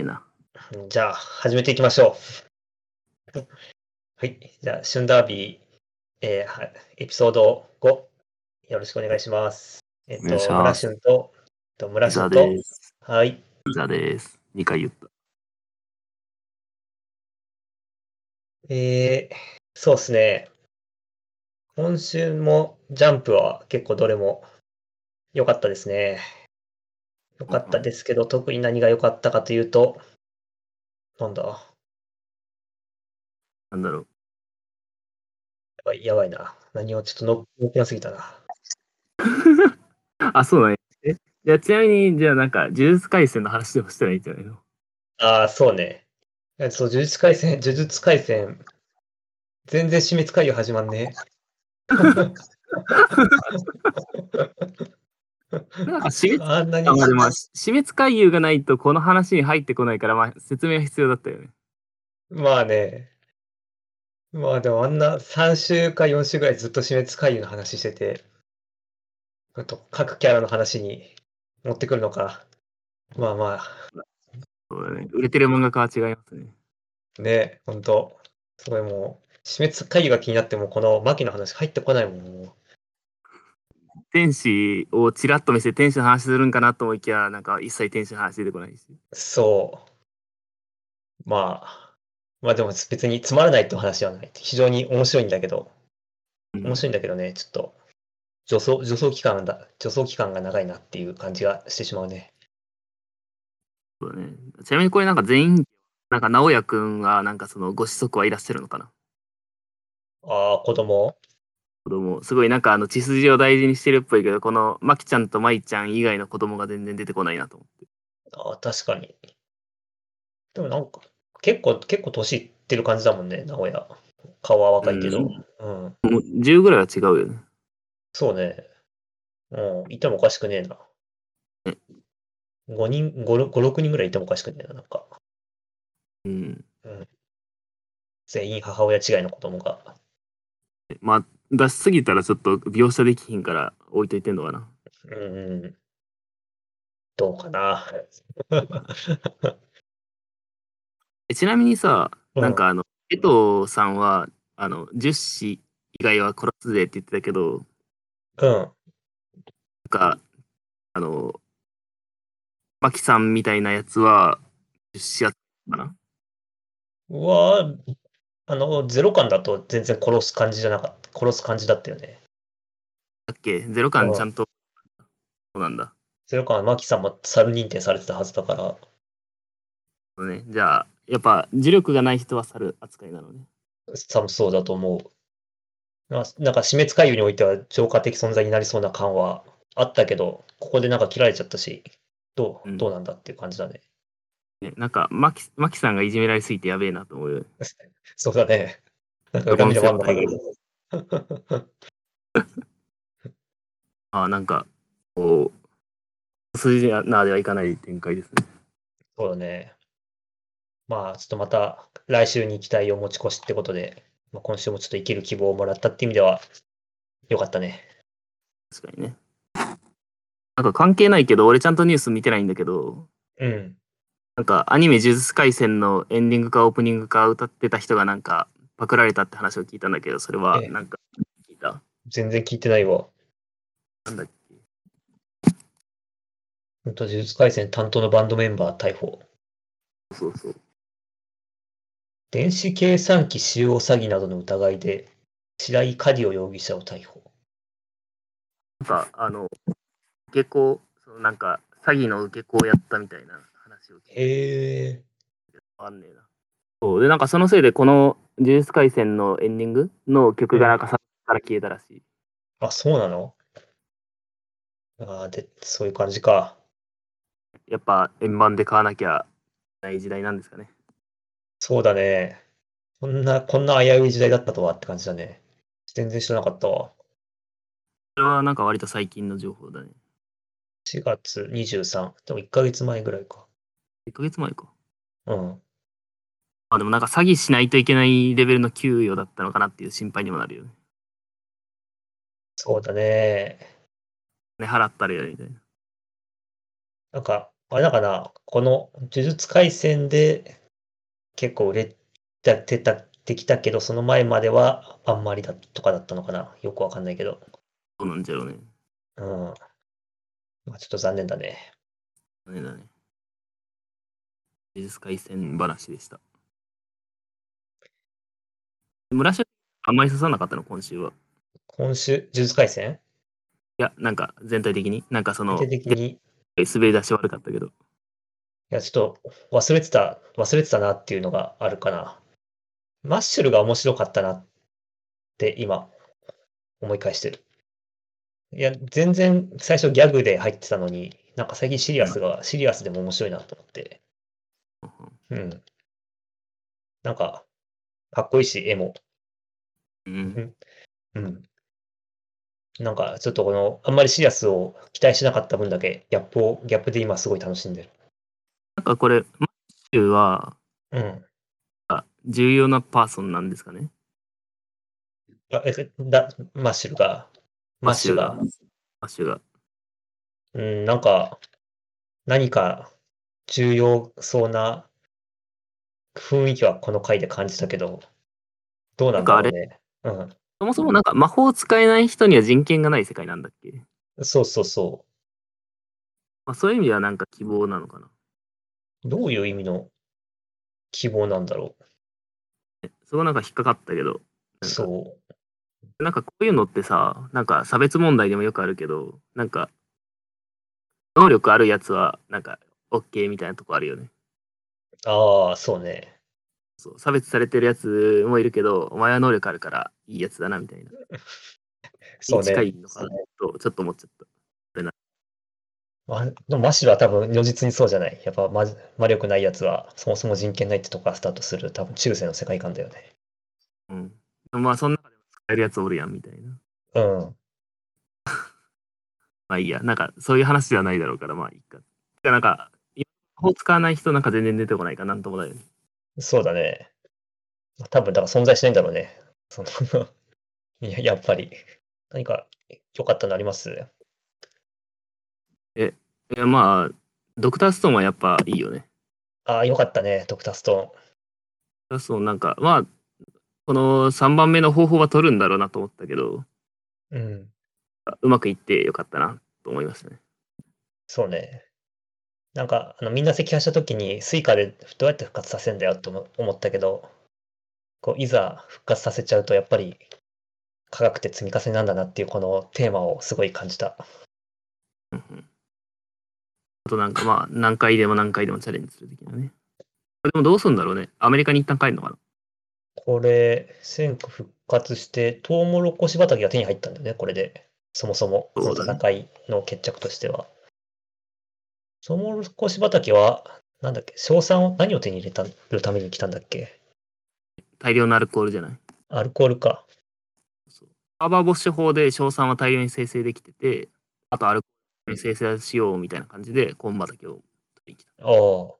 えな。じゃあ、始めていきましょう。はい。じゃあ、旬ダービー、えーはエピソード5、よろしくお願いします。えっ、お願いしと、ます村旬と、えっと村ピザ旬と、です。はい。ピザです。2回言った。えー、そうですね。今週もジャンプは結構どれも良かったですね。良かったですけど、特に何が良かったかというと、なんだ、やなんだろう。ばいやばいな。何をちょっとののっけなすぎたな。あ、そうなんや。えじゃあちなみに、じゃあなんか、呪術廻戦の話でもしたらいいんじゃないのああ、そうね。えそう、呪術廻戦、呪術廻戦、全然死滅回遊始まんねなんか、死え。滅、あんなにあ、まあでも、死滅回遊がないとこの話に入ってこないから、まあ説明は必要だったよね。まあね。まあでもあんな3週か4週ぐらいずっと死滅回遊の話してて、あと各キャラの話に持ってくるのか。まあまそうだね。売れてる漫画家は違いますね。あ、ね、ほんと。すごいもう、死滅回遊が気になってもこの牧の話入ってこないもん。もう天使をちらっと見せて天使の話するんかなと思いきや、なんか一切天使の話出てこないし。そう。まあ、まあでも別につまらないって話はない。非常に面白いんだけど、面白いんだけどね、ちょっと、助走、助走期間だ、助走期間が長いなっていう感じがしてしまうね。そうだね。ちなみにこれなんか全員、なんか直哉くんはなんかそのご子息はいらっしゃるのかなああ、子供子供、すごいなんかあの血筋を大事にしてるっぽいけど、このまきちゃんとまいちゃん以外の子供が全然出てこないなと思って。ああ、確かに。でもなんか、結構、結構年いってる感じだもんね、名古屋。顔は若いけど。うん。もう10ぐらいは違うよね。そうね。うん、いてもおかしくねえな。5人、5、6人ぐらいいてもおかしくねえな、なんか。うん。全員母親違いの子供が。まあ、出しすぎたらちょっと描写できひんから置いといてんのかな。うん。どうかな。 えちなみにさ、うんなんかあの、江藤さんは、あの、10子以外は殺すぜって言ってたけど、うん。なんか、あの、マキさんみたいなやつは、出資やったのかなうわあの、ゼロ感だと全然殺す感じじゃなかった。殺す感じだったよね。だっけゼロう感んちゃんと、そうなんだ。ゼロ感はマキさんも猿認定されてたはずだから。そうね、じゃあ、やっぱ、呪力がない人は猿扱いなのね。多分そうだと思う。ななんか死滅回遊においては浄化的存在になりそうな感はあったけど、ここでなんか切られちゃったし、どうう、んどうなんだっていう感じだね。 ねなんかマキ、マキさんがいじめられすぎてやべえなと思うよね。そうだね。なんか恨みでもあんのかな我慢。ああ、なんか、こう、数字なではいかない展開ですね。そうだね。まあ、ちょっとまた来週に期待を持ち越しってことで、まあ、今週もちょっと生きる希望をもらったって意味では、よかったね。確かにね。なんか関係ないけど、俺ちゃんとニュース見てないんだけど、うん。なんかアニメ呪術廻戦のエンディングかオープニングか歌ってた人がなんかパクられたって話を聞いたんだけど、それはええなんか聞いた。全然聞いてないわ。なんだっけほんと、呪術廻戦担当のバンドメンバー逮捕。そうそう。電子計算機使用詐欺などの疑いで、白井カディオ容疑者を逮捕。なんかあの、受け子、そのなんか詐欺の受け子をやったみたいな話を聞いた。へえ。あんねえな。そうで、なんかそのせいでこの呪術廻戦のエンディングの曲がなんかさから消えたらしい。あ、そうなのああ、で、そういう感じか。やっぱ円盤で買わなきゃいけない時代なんですかね。そうだね。こんな、こんな危うい時代だったとはって感じだね。全然知らなかったわ。それはなんか割と最近の情報だね。 4月23。でも1ヶ月前ぐらいか。 1ヶ月前か。うん。まあでもなんか詐欺しないといけないレベルの給与だったのかなっていう心配にもなるよね。そうだね。金払ったらやるみたいな。なんか、あれだから、この呪術廻戦で結構売れててた、できたけど、その前まではあんまりだとかだったのかな。よくわかんないけど。そうなんじゃろうね。うん。まあ、ちょっと残念だね。だねだね。呪術廻戦話でした。村社あんまり刺さなかったの、今週は。今週、呪術廻戦いや、なんか全体的に、なんかその、徹底的に、い滑り出し悪かったけど。や、ちょっと忘れてた、忘れてたなっていうのがあるかな。マッシュルが面白かったなって今、思い返してる。いや、全然最初ギャグで入ってたのに、なんか最近シリアスが、シリアスでも面白いなと思って。うん。なんか、かっこいいし、絵も。うん。うん。なんか、ちょっとこの、あんまりシリアスを期待しなかった分だけ、ギャップを、ギャップで今すごい楽しんでる。なんかこれ、マッシュはうん。あ重要なパーソンなんですかね。あえだマッシュルが、マッシュルが、。マッシュが。うん、なんか、何か重要そうな雰囲気はこの回で感じたけど、どうなんだろうね。うん。そもそもなんか魔法使えない人には人権がない世界なんだっけ、そうそうそまあ、そういう意味ではなんか希望なのかな。う。どういう意味の希望なんだろそこなんか引っかかったけど。う。なんかそなんかこういうのってさ、なんか差別問題でもよくあるけど、なんか、能力あるやつは、なんか、OK みたいなとこあるよね。う。ああ、そうね。そう差別されてるやつもいるけど、お前は能力あるからいいやつだなみたいな。そう近ねい。のかなと、ちょっと思っちゃった。まあ、でもマッシュルは多分如実にそうじゃない。やっぱ魔魔力ないやつは、そもそも人権ないってとこからスタートする、多分中世の世界観だよね。うん。まあ、その中でも使えるやつおるやんみたいな。うん。まあいいや、なんかそういう話ではないだろうから、まあいいか。てかなんか、今法使わない人なんか全然出てこないから、なんともないよね。そうだね。多分、だから存在しないんだろうね。その いや、やっぱり。何か良かったのありますいやまあ、ドクターストーンはやっぱいいよね。ああ、良かったね、ドクターストドクターストーンなんか、まあ、この3番目の方法は取るんだろうなと思ったけど、ーン。うん。うまくいってよかったなと思いましたね。そうね。なんか、あのみんな赤飯した時に、スイカでどうやって復活させるんだよって思思ったけど、こう、いざ復活させちゃうと、やっぱり、科学って積み重ねなんだなっていう、このテーマをすごい感じた。うんうんあとなんかまあ、何回でも何回でもチャレンジする的なね。でもどうするんだろうね。アメリカに一旦帰るのかな。これ、先駆復活して、トウモロコシ畑が手に入ったんだよね、これで。そもそも、こそのうだね戦いの決着としては。トウモロコシ畑は、なんだっけ、賞賛を、何を手に入れたるために来たんだっけ大量のアルコールじゃない。アルコールか。そうハーバーボッシュ法で硝酸は大量に生成できてて、あとアルコールに生成しようみたいな感じで、コンバだけを取りに来た。ああ。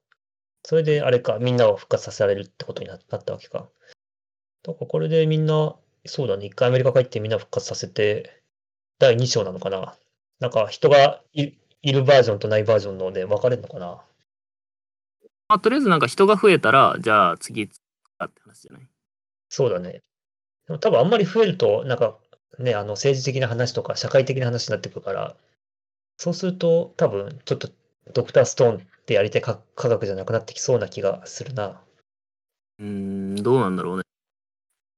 それで、あれか、みんなを復活させられるってことにななったわけか。だから、これでみんな、そうだね、一回アメリカ帰ってみんな復活させて、第2章なのかな。なんか、人がいいるバージョンとないバージョンので分かれるのかな。まあ、とりあえずなんか人が増えたら、じゃあ次かって話じゃない。そうだね。でも多分あんまり増えると、なんかね、あの政治的な話とか社会的な話になってくるから、そうすると多分ちょっとドクターストーンってやり手科科学じゃなくなってきそうな気がするな。うーん、どうなんだろうね。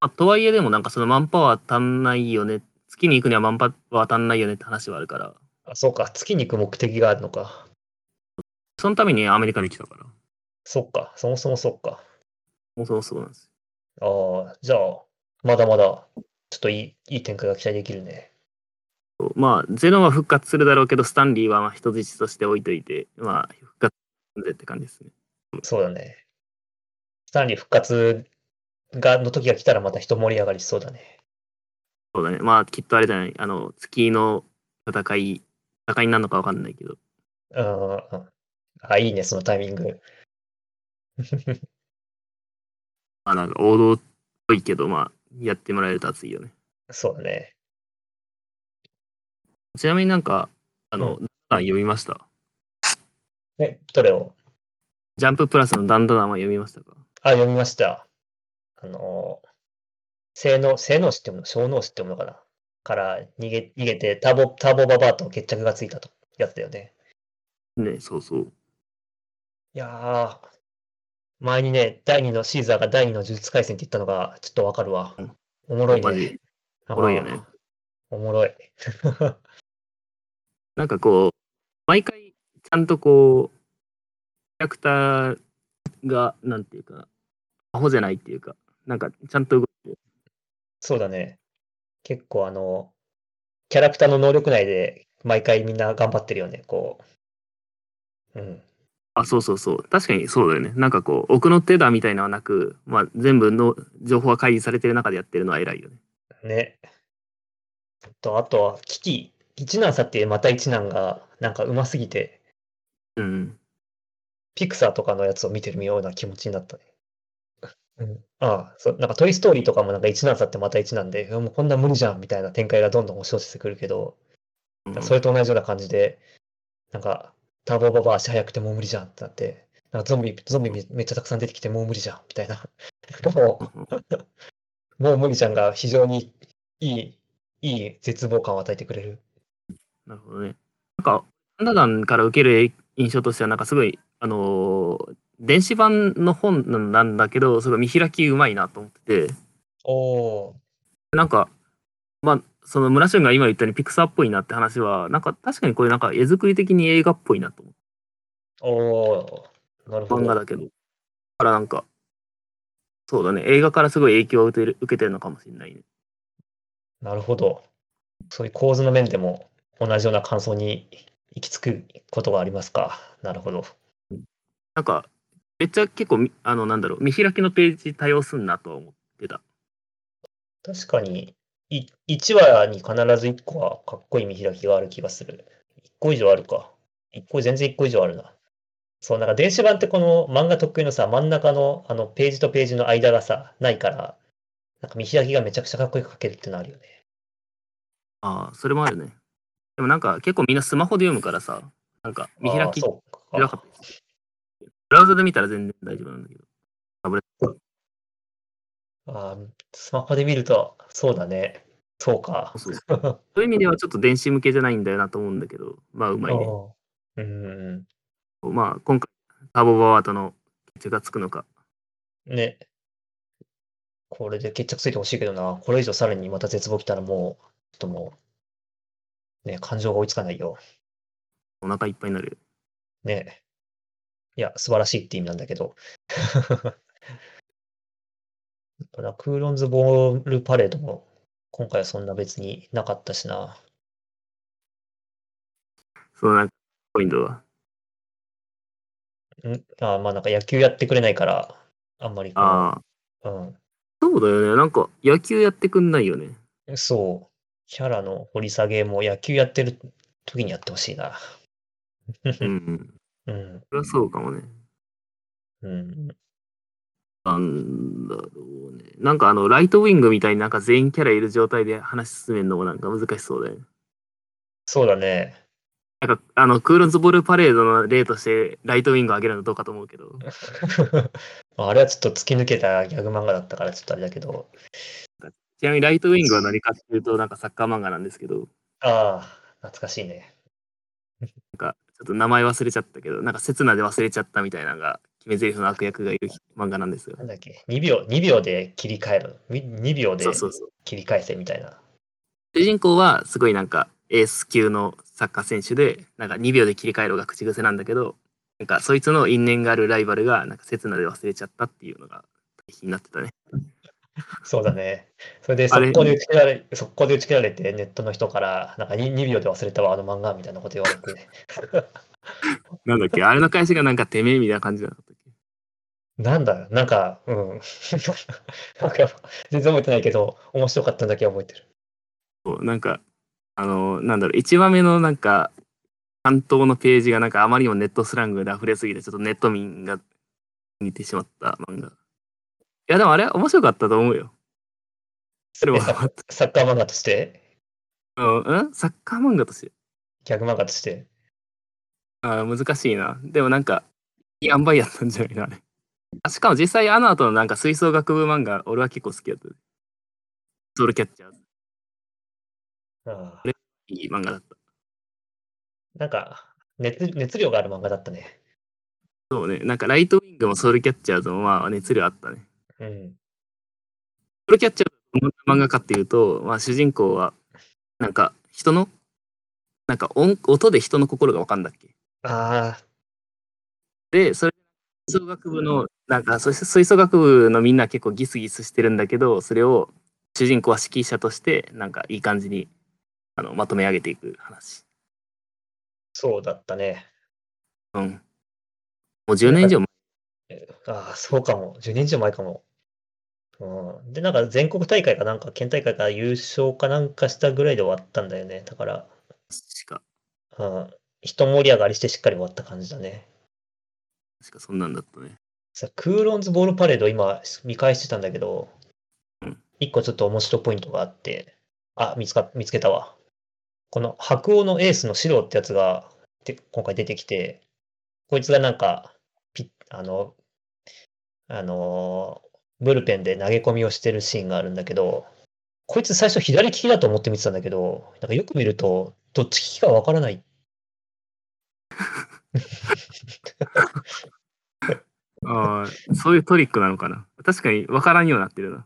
まあ、とはいえでもなんかそのマンパワー足んないよね。月に行くにはマンパワー足んないよねって話はあるから、あ、そうか、月に行く目的があるのか。そのためにアメリカに来たから。そっか、そもそもそっか。もうそうそうなんですよ。ああ、じゃあ、まだまだ、ちょっといい、いい展開が期待できるね。そうまあ、ゼノは復活するだろうけど、スタンリーはまあ人質として置いといて、まあ、復活でって感じですね。そうだね。スタンリー復活が、の時が来たらまた人盛り上がりしそうだね。そうだね。まあ、きっとあれじゃない。あの、月の戦い、戦いになるのかわかんないけど。うんうんうん。あ、いいね、そのタイミング。 まあ、なんか王道っぽいけど、まあ、やってもらえると熱いよね。そうだね。ちなみになんか、あの、うダンダン読みました。え、どれをジャンププラスのダンダダンは読みましたかあ、読みました。あのー、性能、性能師って読むの小脳師って読むのかなから逃げ、逃げて、ターボ、ターボババアと決着がついたと、やつだよね。ね、そうそう。いやー、前にね、第2のシーザーが第2の呪術廻戦って言ったのが、ちょっとわかるわうん。おもろいマねジ。おもろいよねあー。おもろい。なんかこう、毎回、ちゃんとこう、キャラクターが、なんていうか、アホじゃないっていうか、なんか、ちゃんと動いてる、そうだね。結構あの、キャラクターの能力内で毎回みんな頑張ってるよね、こう。うん。あ、そうそうそう、確かにそうだよね。なんかこう、奥の手だみたいなのはなく、まあ、全部の情報が開示されてる中でやってるのは偉いよね。ね。と、あとは、キキ、一難去ってまた一難が、なんかうますぎて、うん。ピクサーとかのやつを見てるような気持ちになったね。うん、ああ、そう、なんかトイストーリーとかもなんか一難去ってまた一難で、うわもうこんな無理じゃんみたいな展開がどんどん押し寄せてくるけど、うんそれと同じような感じで、なんか、ターボババ足早くてもう無理じゃんってなって、なんかゾンビ、ゾンビめめっちゃたくさん出てきてもう無理じゃんみたいな。 もう、もう無理じゃんが非常にいい、いい絶望感を与えてくれる。なるほどね。なんか、アンダダンから受ける印象としては、なんかすごい、あのー電子版の本なんだけど、すごい見開きうまいなと思ってて、おおなんか、まあ、その村俊が今言ったようにピクサーっぽいなって話は、なんか確かにこれなんか絵作り的に映画っぽいなと思ー、おおなるほって、漫画ど。だけど。だからなんか、そうだね、映画からすごい影響を受けてる受けてるのかもしれないね。なるほど。そういう構図の面でも同じような感想に行き着くことがありますか。なるほど。なんか、めっちゃ結構み、あの、なんだろう、見開きのページ多用すんなとは思ってた。確かに、い1話に必ず1個はかっこいい見開きがある気がする。1個以上あるか。1個、全然1個以上あるな。そう、なんか電子版ってこの漫画特有のさ、真ん中のあのページとページの間がさ、ないから、なんか見開きがめちゃくちゃかっこよく書けるってのあるよね。ああ、それもあるね。でもなんか結構みんなスマホで読むからさ、なんか見開きあーそう偉かか。ったです。ブラウザで見たら全然大丈夫なんだけど。あースマホで見ると、そうだね。そうか。そ うそういう意味ではちょっと電子向けじゃないんだよなと思うんだけど、まあうまいね。あーうん。まあ今回、ターボバワーとの決着がつくのか。ね。これで決着ついてほしいけどな。これ以上さらにまた絶望きたらもう、ちょっともう、ね、感情が追いつかないよ。お腹いっぱいになる。ね。いや、素晴らしいって意味なんだけど。 ただ、クーロンズボールパレードも、今回はそんな別になかったしな。そのなんか、ポイントは。んあまあなんか野球やってくれないから、あんまりこうああ、そうだよね。なんか野球やってくんないよね。うん。そう。キャラの掘り下げも野球やってる時にやってほしいな。うん。うん。それはそうかもね。うん。なんだろうね。なんかあの、ライトウィングみたいになんか全員キャラいる状態で話し進めるのもなんか難しそうだよね。そうだね。 なんか、あの、クーロンズボールパレードの例として、ライトウィング上げるのどうかと思うけど。まああれはちょっと突き抜けたギャグ漫画だったからちょっとあれだけど。ちなみにライトウィングは何かっていうと、なんかサッカー漫画なんですけど、ちょああ、懐かしいね。っと名前忘れちゃったけど、なんか刹那で忘れちゃったみたいなのが、決め台詞の悪役がいる漫画なんですよ。なんだっけ、2秒、2秒で切り替えろ。み2秒でそうそうそう。切り返せみたいな。主人公はすごいなんかエース級のサッカー選手で、なんか2秒で切り替えろが口癖なんだけど、なんかそいつの因縁があるライバルが、なんか刹那で忘れちゃったっていうのが、気になってたね。そうだね。それであれ速攻で打ち切られ、速攻で打ち切られて、ネットの人から、なんか 2, 2秒で忘れたわ、あの漫画みたいなこと言われて。なんだっけ、あれの返しがなんかてめえみたいな感じだったっけ。なんだなんか、うん。 なんか、全然覚えてないけど、面白かったんだけは覚えてる。そうなんか、あの、なんだろう、1話目のなんか、担当のページがなんかあまりにもネットスラングで溢れすぎて、ちょっとネット民が見てしまった漫画。いや、でもあれ面白かったと思うよ。それえは、サッサッカー漫画として、うん、うんサッカー漫画として。ギャグ漫画として。あー難しいな。でもなんか、いい塩梅やったんじゃないな、あれ。あしかも実際、あの後のなんか吹奏楽部漫画、俺は結構好きやった。ソウルキャッチャー、ああいい漫画だった。なんか熱、熱量がある漫画だったね。そうね、なんかライトウィングもソウルキャッチャーズもまあ熱量あったね。うん。ソウルキャッチャーズはどんな漫画かっていうと、まあ主人公は、なんか人の、なんか音音で人の心がわかんだっけああ、で、それ、吹奏楽部の、なんか、そ吹奏楽部のみんな結構ギスギスしてるんだけど、それを主人公は指揮者として、なんかいい感じにあのまとめ上げていく話。そうだったね。うん。もう10年以上前、ああ、そうかも。10年以上前かも。うん、で、なんか全国大会かなんか、県大会か優勝かなんかしたぐらいで終わったんだよね。だから、しか、うん、一盛り上がりしてしっかり終わった感じだね。しかそんなんだったね。さ、クーロンズボールパレード今見返してたんだけどうん、一個ちょっと面白いポイントがあって、あ、見つか、見つけたわ。この白鸚のエースのシローってやつが、で、今回出てきて、こいつがなんか、ピあの、あのーブルペンで投げ込みをしてるシーンがあるんだけど、こいつ最初左利きだと思って見てたんだけど、なんかよく見ると、どっち利きかわからない。ああ、そういうトリックなのかな。確かに分からんようになってるな。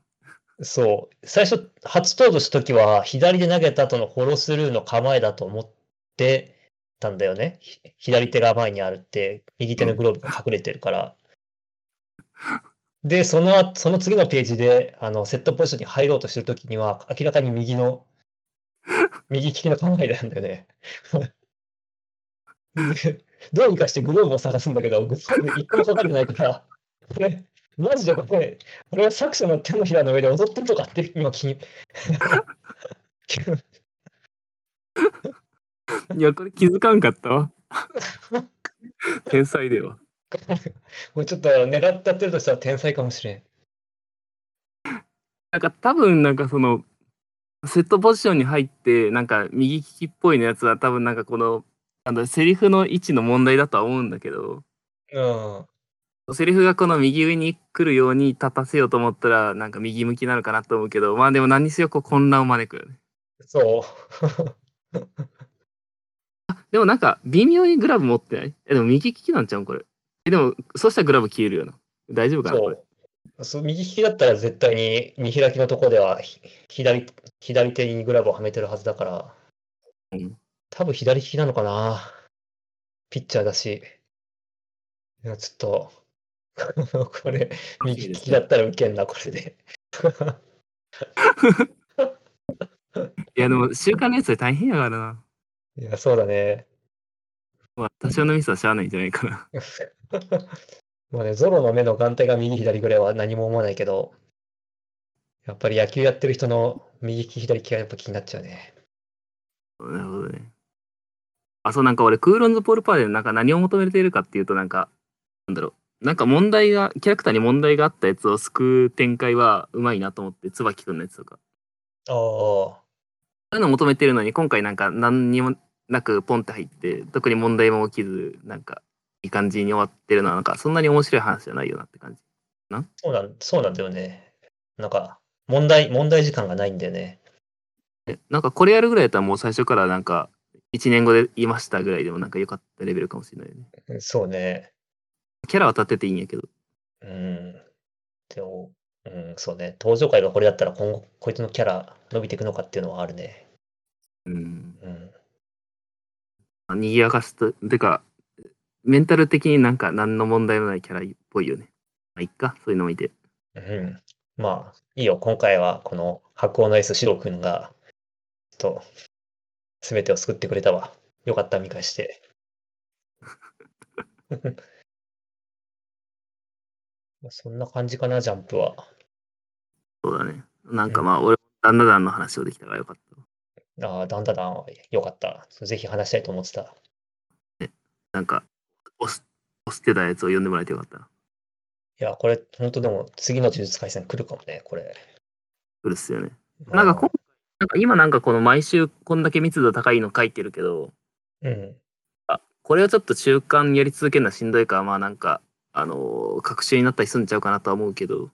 そう、最初、初登場した時は、左で投げた後のフォロースルーの構えだと思ってたんだよね。ひ左手が前にあるって、右手のグローブが隠れてるから。で、その後、その次のページで、あの、セットポジションに入ろうとしてる時には、明らかに右の、右利きの構えなんだよね。 でどうにかしてグローブを探すんだけど、グローブ一個もかかれてないから、 これ、マジでこれ、俺は作者の手のひらの上で踊ってるとかって今気に。 いや、これ気づかんかった わ。天才では。もうちょっと狙ってやってるとしたら天才かもしれん。なんか多分なんかそのセットポジションに入ってなんか右利きっぽいのやつは多分なんかこのあのセリフの位置の問題だとは思うんだけどうん。セリフがこの右上に来るように立たせようと思ったらなんか右向きなのかなと思うけどまあでも何にせよこう混乱を招くよねそう。でもなんか微妙にグラブ持ってないえでも右利きなんちゃうんこれえでもそうしたらグラブ消えるよな大丈夫かなこそれう。そう右利きだったら絶対に見開きのとこではひ左左手にグラブをはめてるはずだから、うん多分左利きなのかなピッチャーだしいやちょっと これ右利きだったらウケんなこれでいやでも習慣のやつで大変やからないやそうだねまあ多少のミスはしゃあないんじゃないかな まあねゾロの目の眼帯が右左ぐらいは何も思わないけどやっぱり野球やってる人の右利き左利きはやっぱ気になっちゃうねなるほどね。あ、そう、なんか俺、クーロンズ・ポール・パーでなんか何を求めているかっていうと、なんか、なんだろう、なんか問題が、キャラクターに問題があったやつを救う展開はうまいなと思って、椿くんのやつとか。ああそういうのを求めてるのに、今回なんか何にもなくポンって入って、特に問題も起きず、なんか、いい感じに終わってるのは、なんか、そんなに面白い話じゃないよなって感じ。そうなん、そうなんだよね。なんか、問題、問題時間がないんだよね。でなんか、これやるぐらいだったらもう最初からなんか、1年後で言いましたぐらいでもなんか良かったレベルかもしれないよね。そうね。キャラは立てていいんやけど。うん。でも、うん、そうね。登場回がこれだったら今後、こいつのキャラ伸びていくのかっていうのはあるね。うん。うん。賑やかしたてかメンタル的になんか何の問題もないキャラっぽいよねまあいっかそういうのもいてうん。まあ、いいよ。今回は、この、白鸚のエース、シロくんが、ちょっと、すべてを救ってくれたわ。よかった、見返して。 まあそんな感じかな、ジャンプは。そうだねなんかまあ俺旦那団の話をできたからよかったわああ、だんだだん、よかった。そうぜひ話したいと思ってた。なんか押す押してたやつを読んでもらえてよかったないや、これ、本当でも、次の呪術廻戦来るかもね、これ。うるっすよねなんか今回なんか今なんかこの毎週こんだけ密度高いの書いてるけどうん。これをちょっと中間やり続けるのはしんどいから、まあなんか、あのー、隔週になったりすんちゃうかなとは思うけど、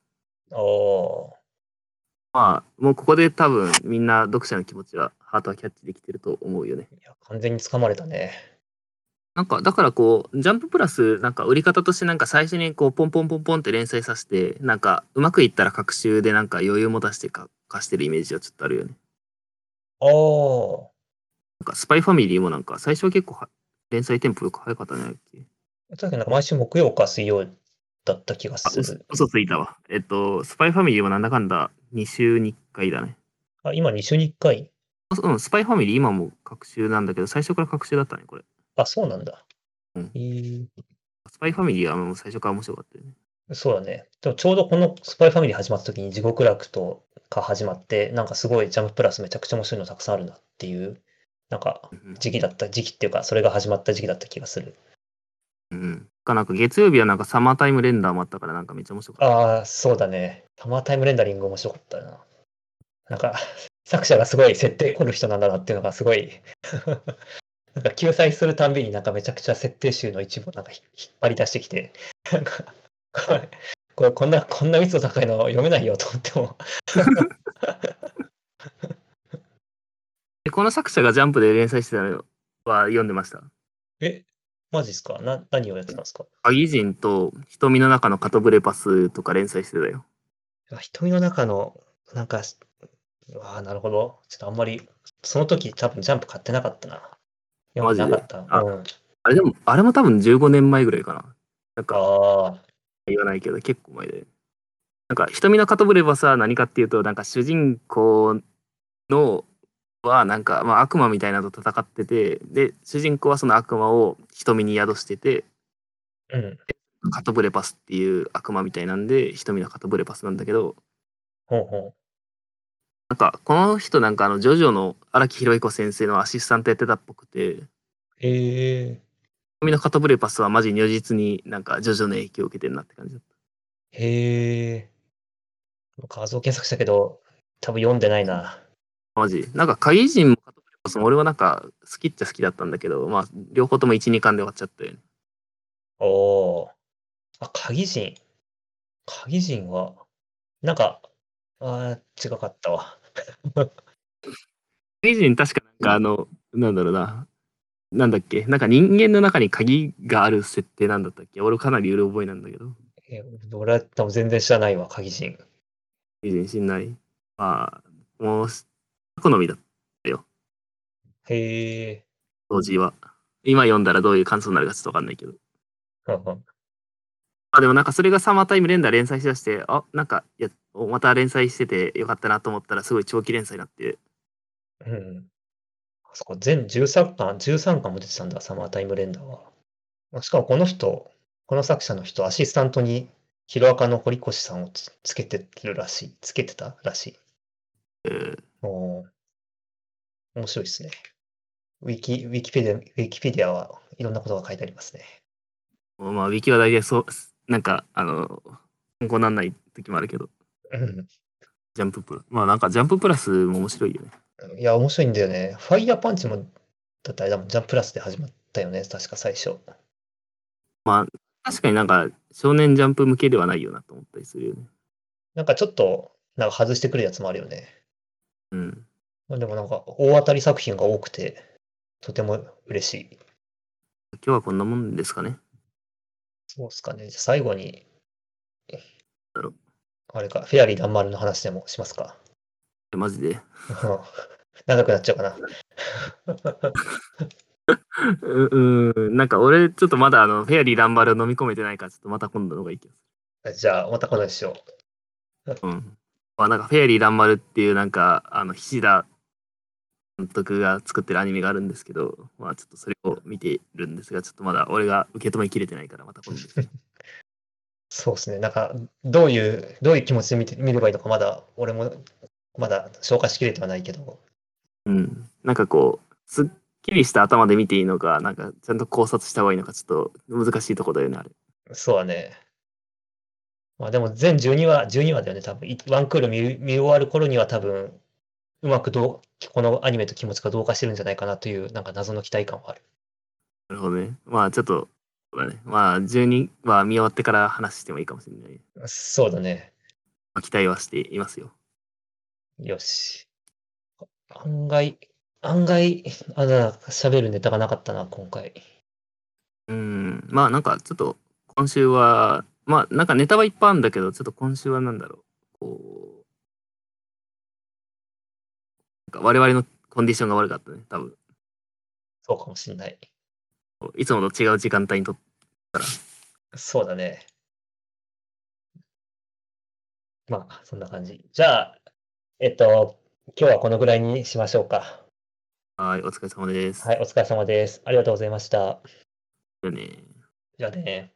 おーまあ、もうここで多分みんな読者の気持ちは、ハートはキャッチできてると思うよね。いや完全に掴まれたね。なんか、だからこう、ジャンププラス、なんか売り方としてなんか最初にこう、ポンポンポンポンって連載させて、なんか、うまくいったら各週でなんか余裕も出してか貸してるイメージはちょっとあるよね。おーなんか、スパイファミリーもなんか、最初は結構は連載テンポよく早かったんじゃないっけそうだけどなんか毎週木曜か水曜だった気があ、す嘘る。嘘ついたわ。えっと、スパイファミリーもなんだかんだ2週に1回だね。あ、今2週に1回。あそううん、スパイファミリー今も各週なんだけど、最初から各週だったね、これ。あ、そうなんだ。うんえースパイファミリーはもう最初から面白かったよね。そうだね。でもちょうどこのスパイファミリー始まった時に地獄楽とか始まって、なんかすごいジャンププラスめちゃくちゃ面白いのたくさんあるなっていう、なんかうん時期だった、時期っていうかそれが始まった時期だった気がする。うん。かなんか月曜日はなんかサマータイムレンダーもあったからなんかめっちゃ面白かった。ああ、そうだね。タマータイムレンダリング面白かったな。なんか 作者がすごい設定凝る人なんだなっていうのがすごい なんか救済するたんびになんかめちゃくちゃ設定集の一部をなんかひ引っ張り出してきて、 なんか、これ、これこんな、こんな密度高いの読めないよと思っても、 で、この作者がジャンプで連載してたのは読んでました。え、マジっすかな、何をやってたんですか鍵人と瞳の中のカトブレパスとか連載してたよ。あ瞳の中の、なんか、ああ、なるほど。ちょっとあんまり、その時多分ジャンプ買ってなかったな。マジで読んなかった。あうん。あれでも、あれも多分15年前ぐらいかな。なんかああ、言わないけど、結構前で。なんか瞳のカトブレパスは何かっていうと、なんか主人公のはなんか、まあ、悪魔みたいなのと戦ってて、で、主人公はその悪魔を瞳に宿してて、うん。カトブレパスっていう悪魔みたいなんで、瞳のカトブレパスなんだけど、ほうほなんか、この人なんか、あの、ジョジョの荒木博彦先生のアシスタントやってたっぽくて、う。ええ海のカトブレパスはマジ如実になんか、ジョジョの影響を受けてんなって感じだっへえ。画像検索したけど、多分読んでないな。た。マジ。なんか、怪人もカトブレパスも俺はなんか、好きっちゃ好きだったんだけど、まあ、両方とも1、2巻で終わっちゃったよね。おお。あ、鍵人。鍵人は、なんか、あー違かったわ。怪人確かなんか、あの、なんだろうな。なんだっけなんか人間の中に鍵がある設定なんだったっけ俺かなりうる覚えなんだけど。え俺は多分全然知らないわ、鍵人。怪人信ない。まあ、もう、好みだった、へえ。当時は。今読んだらどういう感想になるかちょっとわかんないけど。ふんふんあでもなんかそれがサマータイム連打連載しだして、あなんかいやおまた連載しててよかったなと思ったらすごい長期連載になって、うん。あそこ全13巻、13巻も出てたんだ、サマータイムレンダーは。あしかもこの人、この作者の人、アシスタントに、ヒロアカの堀越さんをつつけてるらしい。つけてたらしい。えーおー面白いですね。ウィキ、ウィキペディア、ウィキペディアはいろんなことが書いてありますね。もうまあウィキは大体そうなんかあの参考になんない時もあるけどうジャンププラまあなんかジャンププラスも面白いよねん。いや、面白いんだよね。ファイヤーパンチも、だってあれだもん、ジャンプラスで始まったよね、確か最初。確かになんか少年ジャンプ向けではないよなと思ったりするよねなんかちょっと、なんか外してくるやつもあるよね。うんまあでもなんか大当たり作品が多くて、とても嬉しい。今日はこんなもんですかねそうですかね。じゃあ最後にだろ、あれか、フェアリー団丸の話でもしますか。 えマジで うん長くなっちゃうかな。ううんなんか俺ちょっとまだあのフェアリーランバル飲み込めてないからちょっとまた今度の方がいい気がすじゃあ、またこの話しよう。るうんまあなんかフェアリーランバルっていうなんかあの菱田監督が作ってるアニメがあるんですけど、まあちょっとそれを見ているんですが、ちょっとまだ俺が受け止めきれてないから、また今度。そうですね。なんか、どういう、どういう気持ちで見て見ればいいのか、まだ、俺も、まだ消化しきれてはないけど。うん。なんかこう、すっきりした頭で見ていいのか、なんかちゃんと考察した方がいいのか、ちょっと難しいとこだよね、あれ。そうだね。まあでも全12話、12話だよね、多分。いワンクール見る見終わる頃には多分、うまくどう、このアニメと気持ちが同化してるんじゃないかなという、なんか謎の期待感はある。なるほどね。まあちょっと、そうだね。まあ12は見終わってから話してもいいかもしれない。そうだね。まあ、期待はしていますよ。よし。案外、案外、あだ、喋るネタがなかったな、今回。うん。まあなんかちょっと今週は、まあなんかネタはいっぱいあるんだけど、ちょっと今週はなんだろう。こう。なんか我々のコンディションが悪かったね、多分。そうかもしんない。いつもと違う時間帯にとっそうだね。まあ、そんな感じ。じゃあ、えっと、今日はこのぐらいにしましょうか。はい、お疲れ様です。はい、お疲れ様です。ありがとうございました。じゃあねじゃあね。